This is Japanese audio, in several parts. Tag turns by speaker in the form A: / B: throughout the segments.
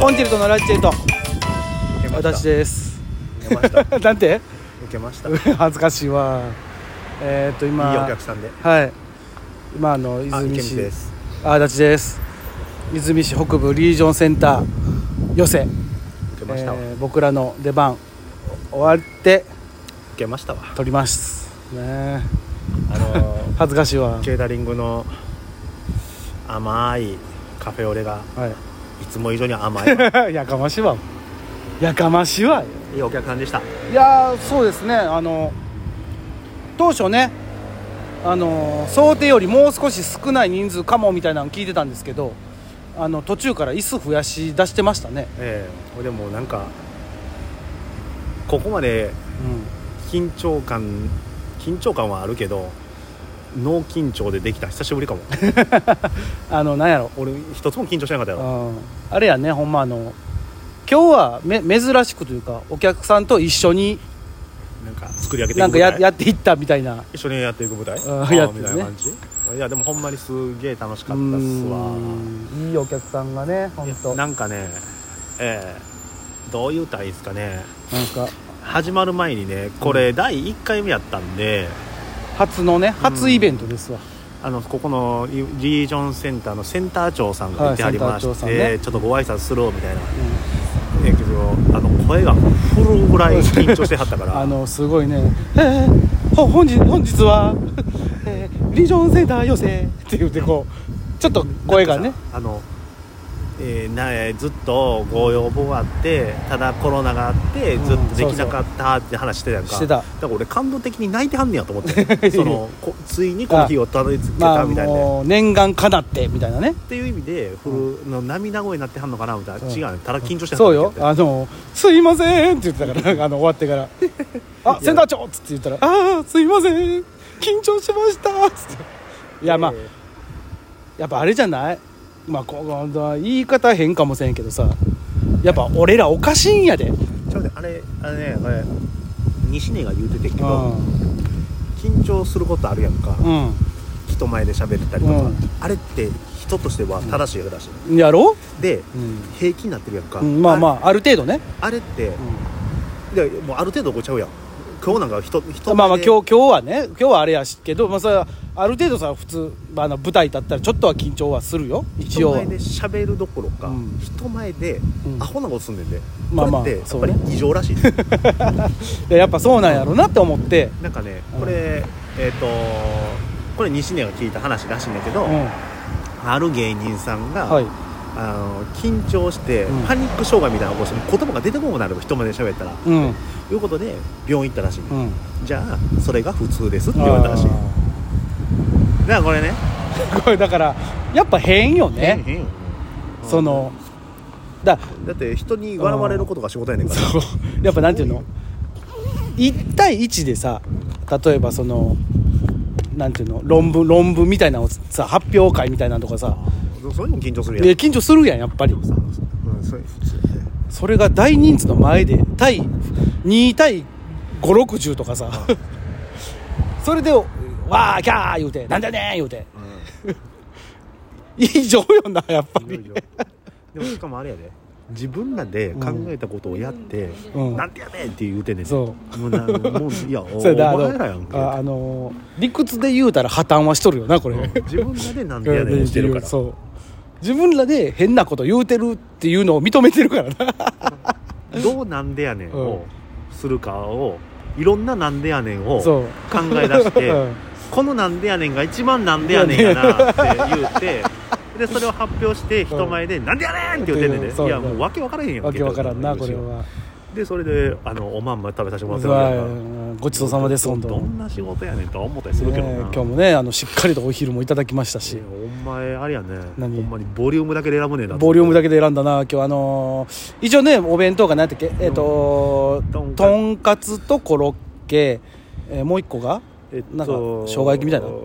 A: ポンチェルトのラッチェルト
B: 受けました
A: 私です
B: 受けました受
A: なんて
B: けましたいい
A: 恥ずかしいわえーっと今
B: お客さんで
A: はい今あの
B: あ
A: 泉
B: 池
A: 市
B: 見です
A: あだちです泉市北部リージョンセンター寄せ、
B: 受け
A: え
B: ましたわ、
A: ー僕らの出番お終わって
B: 受けましたわ
A: 撮りますね
B: あの
A: え恥ずかしいわ
B: ケータリングの甘いカフェオレが
A: はい
B: つも以上に甘 いわ
A: いやかましいわやかましいわ
B: いいお客さんでした
A: いやーそうですねあの当初ねあの想定よりもう少し少ない人数かもみたいなの聞いてたんですけどあの途中から椅子増やし出してましたね、
B: ええでもなんかここまで緊張感緊張感はあるけど脳緊張でできた久しぶりかも
A: うん、あのなんやろ
B: 俺一つも緊張しなかったよ
A: うんあれやねほんまあの今日はめ珍しくというかお客さんと一緒に
B: なんか作り上げてい
A: な
B: く
A: んか
B: 舞
A: や
B: 台
A: やっていったみたいな
B: 一緒にやっていく舞台
A: あ
B: あ
A: や
B: ー
A: って
B: み
A: ね
B: たいな感じいやでもほんまにすげえ楽しか
A: う
B: ったっすわ
A: んいいお客さんがね本当
B: な
A: なん
B: かねええどう言うたらいいですかね
A: んか
B: 始まる前にねこれ第1回目やったんで、
A: 初のね初イベントですわ、
B: あのここのリリージョンセンターのセンター長さんがいてはりまして、
A: はいセンター長さんね
B: ちょっとご挨拶するみたいな、
A: うん
B: ええけどあの声が振るぐらい緊張してはったから
A: あのすごいね、えー、ほ本日本日は、 えーリージョンセンター寄せって言ってこうちょっと声がね
B: あの、えーなえーずっとご要望があってただコロナがあってずっとできなかったって話してたやんか、
A: してた
B: だから俺感動的に泣いてはんねやと思って そのこついにこの日をたどり着け
A: まあ
B: たみたいな、っ
A: もう念願かなってみたいなね
B: ていう意味でフルの涙声になってはんのかなみたいな、
A: うん
B: 違うねただ緊張しては
A: そうよ
B: あ
A: あの「すいません」って言ってたから あの終わってから「あセンター長」っつって言ったら「ああすいません緊張しました」っつっていやまあやっぱあれじゃないまあこう言い方変かもしれんけどさやっぱ俺らおかしいんやで、
B: ちょっと待ってあれあれねこれ西根が言うててんけ
A: う
B: ど
A: ん
B: 緊張することあるやんか、
A: うん
B: 人前で喋ったりとか、
A: うん
B: あれって人としては正しいやつだし、
A: やろ
B: で
A: うん
B: 平気になってるやんか、
A: うんまあまあある程度ね、
B: あれって、でもうある程度ごちゃうやん今日なんか人人
A: まあまあ
B: 前で
A: 今日今日はね今日はあれやしけど、まあ、それはある程度さ普通、まあ、あの舞台だったらちょっとは緊張はするよ一
B: 人
A: 応は
B: 前で喋るどころか、
A: うん
B: 人前で
A: うん
B: アホなことすんねんで、
A: まあまあ
B: これって
A: そ
B: やっ
A: う
B: ぱ
A: ね
B: り異常らしい、
A: でやっぱそうなんやろうなって思って、
B: なんかね
A: うん
B: これ、えっ、とこれ西根が聞いた話らしいんだけど、
A: うん
B: ある芸人さんが、
A: はい
B: あの緊張して
A: うん
B: パニック障害みたいなの起こして言葉が出てこなくなる人前で喋ったら
A: うん
B: ということで病院行ったらしい、
A: うん
B: じゃあそれが普通ですって言われたらしいだか
A: あ
B: らこれね
A: ー これだからやっぱ変よね
B: 変よ
A: そのだ
B: だって人に笑われることが仕事やねんから
A: そうやっぱなんていうの1対1でさ例えばそのなんていうの論文論文みたいなのをさ発表会みたいなのとかさ
B: そそれも緊張するやん
A: で緊張するやんやっぱり
B: さうんそれ普通
A: それが大人数の前で対2対560とかさそれで「わーキャー」言うて「なんだねー」言うて異常よなやっぱ
B: いろ
A: り
B: いろでもしかもあれやで自分らで考えたことをやって、
A: うん
B: なんてやねんって言うてんねん
A: そう
B: もうなもういやお
A: それであの
B: 前らやんけ
A: ああのー理屈で言うたら破綻はしとるよなこれ
B: 自分らでなんてやねんをしてるから
A: そう自分らで変なこと言うてるっていうのを認めてるからな
B: どうなんでやねんをするかをいろんななんでやねんを
A: そう
B: 考え出して、
A: うん
B: このなんでやねんが一番なんでやねんやなって言うてでそれを発表して人前で「なんでやねん!」って言ってんねんで、
A: そう
B: いやもう訳分からへんやん
A: わけわからんなこれは
B: でそれであのおまんま食べさせてもらって
A: う
B: る
A: わ
B: わけやんか
A: ーごちそうさまです本当
B: どんな仕事やねんとは思ったりするけどな、
A: ねえ今日もねあのしっかりとお昼もいただきましたし
B: いやお前あれやねほ
A: 何
B: んまにボリュームだけで選ぶねんな
A: ボリュームだ
B: け
A: けで選んだな今日あのー一応ねお弁当が何だっけえっ、と
B: とんかつ
A: とんかつとコロッケ、えーもう一個が
B: えっ
A: なんか生姜焼きみたいななんか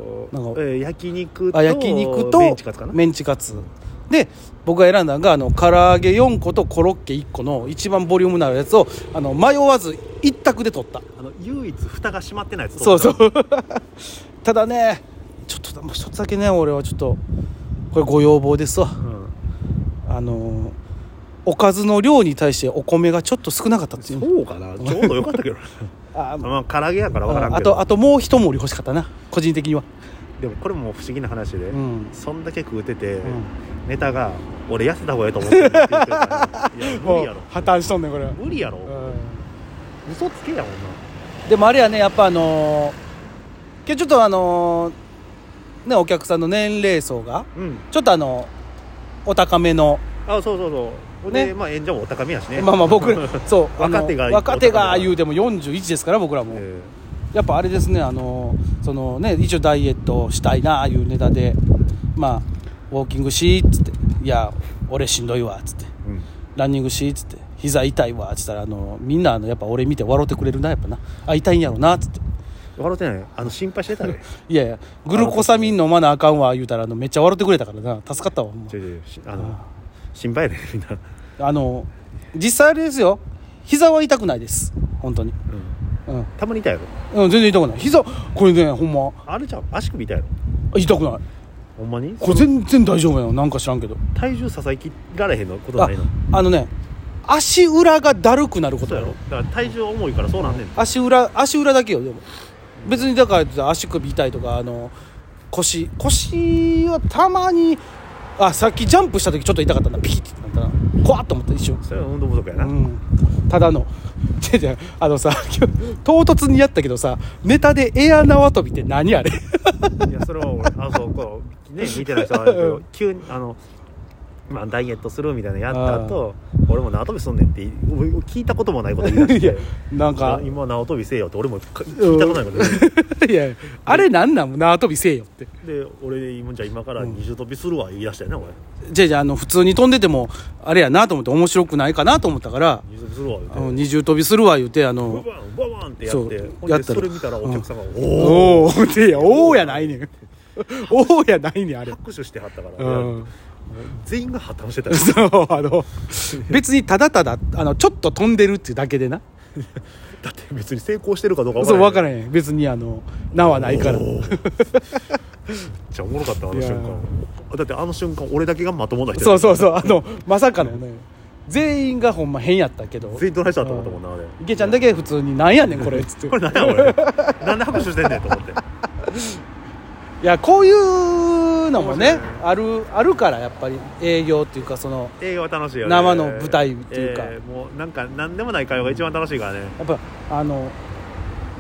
B: えー焼肉と
A: あ焼肉と
B: メンチカツかな
A: メンチカツで僕が選んだのがあの唐揚げ4個とコロッケ1個の一番ボリュームのあるやつをあの迷わず一択で取った
B: あの唯一蓋が閉まってないやつ
A: そうそう ただねちょっともう一つだけね俺はちょっとこれご要望ですわ
B: うん
A: あのーおかずの量に対してお米がちょっと少なかったっていう
B: そうかなちょうどよか ったけど
A: あー
B: まあ唐揚げやから分からん
A: あ
B: けど
A: とあともう一盛り欲しかったな個人的には
B: でもこれも不思議な話で、
A: うん
B: そんだけ食うてて、
A: ん
B: ネタが俺痩せた方がいいと思ってるって言ってる からいや無
A: も
B: 理
A: う
B: やろ
A: 破綻しとんねんこれは、
B: 無理やろ、
A: う
B: 嘘つけやもん
A: んでもあれやねやっぱあのー今日ちょっとあのーねお客さんの年齢層が
B: なうん
A: ちょっとあのお高めの、
B: あそうそうそう
A: ね
B: で、まあ演者もお高めやしね
A: まあま あ僕らそうあの
B: 若手が
A: 若手
B: お高
A: が
B: めだ
A: 言うても41ですから僕らも、
B: え
A: やっぱあれですねあのーそのね一応ダイエットしたいなあいうネタでまあウォーキングしっつって「いや俺しんどいわ」っつって
B: えうん
A: ランニングしっつって「膝痛いわ」っつったらあのみんなあのやっぱ俺見て笑ってくれるなやっぱな「あ痛いんやろな」っつって
B: 笑ってないあの心配してたね
A: 「いやいやグルコサミン飲まなあかんわ」言うたらあのめっちゃ笑ってくれたからな助かったわほんま
B: ちょいちょいしあの心配やでみんな、
A: あの実際あれですよ膝は痛くないです本当に
B: うん
A: うん、
B: たまにいたやろ
A: うん、全然痛くない膝これねほんま
B: あれじゃん足首いたやろ
A: 痛くない
B: ほんまに
A: これ全然大丈夫やのなんか知らんけど
B: 体重支えきられへんのこと
A: あ
B: ないの
A: あのね足裏がだるくなるこ
B: そ
A: と
B: う
A: や
B: やろ
A: ろ
B: だから体重重いからそうなんねん
A: 足裏足裏だけよでも別にだから足首痛いとかあの腰腰はたまにあさっきジャンプした時ちょっと痛かったなピキッてなったな怖っと思った一瞬
B: それは運動不足やな、
A: うん、ただの 違う違うあのさ 今日唐突にやったけどさネタでエア縄跳びって何あれ
B: いやそれは俺あそうこうね見てない人はあるけ
A: う
B: ど急にあのまあダイエットするみたいなのやった後俺も縄跳びすんねんって聞いたこともないこと言い出し
A: いや
B: て
A: なんか
B: 今縄跳びせえよって俺もか聞いたことないこと言う
A: いやあれなんなん縄跳びせえよって
B: で俺今じゃあ今から二重跳びするわ言い出したよな俺
A: じゃあじゃああの普通に飛んでてもあれやなと思って面白くないかなと思ったから
B: 二重跳びするわ
A: あの
B: 言うて
A: 二重跳びするわ言うてあ
B: ブ
A: の
B: バンブバンってや
A: そ
B: っ
A: う
B: てほん
A: やっ
B: で
A: たら
B: それ見たらお客さんが「
A: 「
B: おお!」
A: おお」っていや「おお」やないねん「おお」やないねんあれ
B: 拍手してはったから、
A: うん
B: 全員が破綻して たよ
A: そうあの別にただただあのちょっと飛んでるっていうだけでな
B: だって別に成功してるかどうか
A: そう
B: わ
A: 分かららへん別にあの名はないから
B: おーめっちゃおもろかったあの瞬
A: いや
B: 間だってあの瞬間俺だけがまともな人
A: そうそう
B: う
A: そうあのまさかのね全員がほんま変やったけど
B: 全員どないしたと思ったもんなあれ
A: 池ちゃんだけ普通に「なんやねんこれ」っつって
B: これ何や俺 なんで拍手してんねんと思って
A: いやこういうのもねあるあるからやっぱり営業っていうかその
B: 映画は楽しいよね
A: 生の舞台っていうか
B: えーもうなんか何でもない会話が一番楽しいからね
A: やっぱあの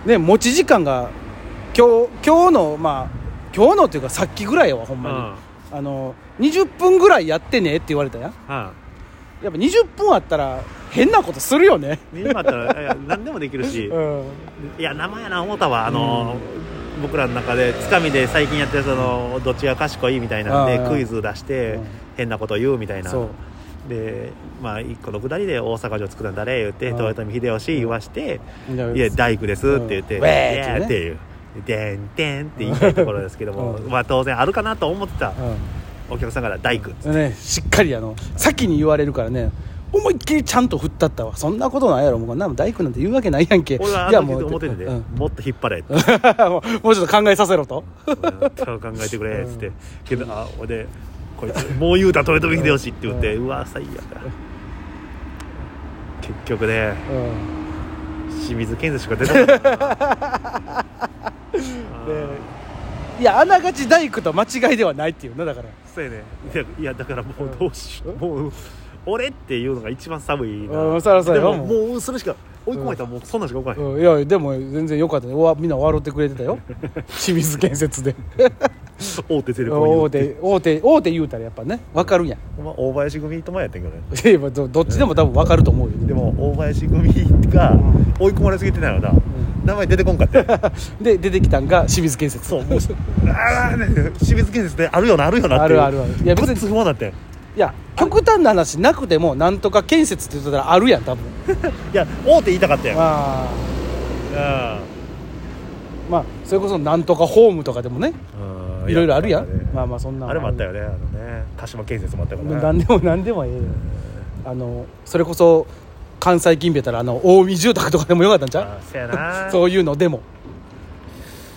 A: ね持ち時間が今日今日のまあ今日のっていうかさっきぐらいはほん
B: うん
A: ま
B: は
A: に、あの20分ぐらいやってねって言われたやん
B: あ
A: やっぱ20分あったら変なことするよね
B: 見なかったらいや何でもできるし、
A: うん
B: いや生やな思ったわあのー、僕らの中でつかみで最近やってるそのどっちが賢いみたいなんで
A: ああ
B: クイズ出して、
A: うん
B: 変なこと言うみたいな
A: そう
B: でまあ一個のくだりで大阪城作ったの誰言って
A: うん
B: 豊臣秀吉言わして
A: い
B: 「いや大工です」って言って「い
A: うんウェー
B: やって
A: っね
B: ていう「でんてん」って言いたいところですけども、
A: うん
B: まあ当然あるかなと思ってた
A: うん
B: お客さんから「大工」って
A: ね、しっかりあの先に言われるからね思いっきりちゃんと振ったったわそんなことないやろもうこんなの大工なんて言うわけないやんけ
B: 俺はあ
A: いや
B: の時思ってんで、
A: うん
B: もっと引っ張れって
A: もう もうちょっと考えさせろと
B: そう考えてくれっつって、けどあ俺でこいつもう言うた豊臣秀吉って言って、うわ最悪だ結局ね
A: うん
B: 清水健司しか出てなか ったなあー
A: ねいやあながち大工と間違いではないっていうなだから
B: そうやねいやいやだからも
A: うん
B: うどうしようもう俺っていうのが一番寒いな、
A: うんそらそうや
B: で
A: ろ
B: ももうそれしか追い込まれたらもうそんなんしか動かない、
A: うんいやでも全然良かったねうわみんな笑ってくれてた よ清水建設で
B: 大手セレコに
A: 大手大手大手言うたらやっぱね分かるん やん
B: ほんま大林組ともやってんけどね
A: いやいやどどっちでも多分分かると思うよ
B: でも大林組が追い込まれすぎてないのだ、名前出てこんかって
A: で出てきたんが清水建設
B: そう、もう、ああ、ね、清水建設であるよな、あるよなっていう。
A: あるあるあるいや別に
B: こつ不満だって。
A: いや極端な話なくてもなんとか建設って言ったらあるやん多分
B: いや、大手言いたかったよ。
A: まあ
B: う
A: まあそれこそなんとかホームとかでもね
B: んうん
A: いろいろあるやん
B: い
A: まあまあそんなんは
B: あれもあったよね、あのね、鹿島建設もあったからね。
A: 何でも何でもええよあのそれこそ関西近辺やったらあの近江住宅とかでもよかったんちゃ
B: あーそやな。
A: う そういうのでも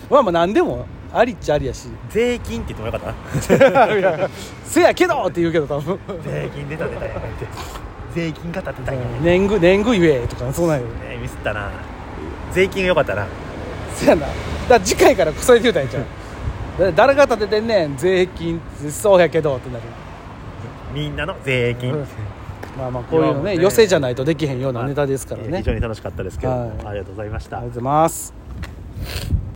A: まあまあ何でもありっちゃあり やし
B: 税金って言ってもよかったな。
A: いやせやけどって言うけど多分
B: 税金出た出た。税金が立てたんやね、
A: 年貢年貢言えとかそうなんよ
B: ねミスったな税金が良かったな
A: そやなだから次回からそれで言うたらいいんちゃうだ誰が立ててんねん税金そうやけどってなる
B: みんなの税金、
A: うんまあまあこういうの
B: いや
A: ね
B: もうね
A: 寄せじゃないとできへんようなネタですから
B: えー
A: ね
B: 非常に楽しかったですけど、
A: はい
B: ありがとうございまし
A: あ
B: た
A: りがとうございます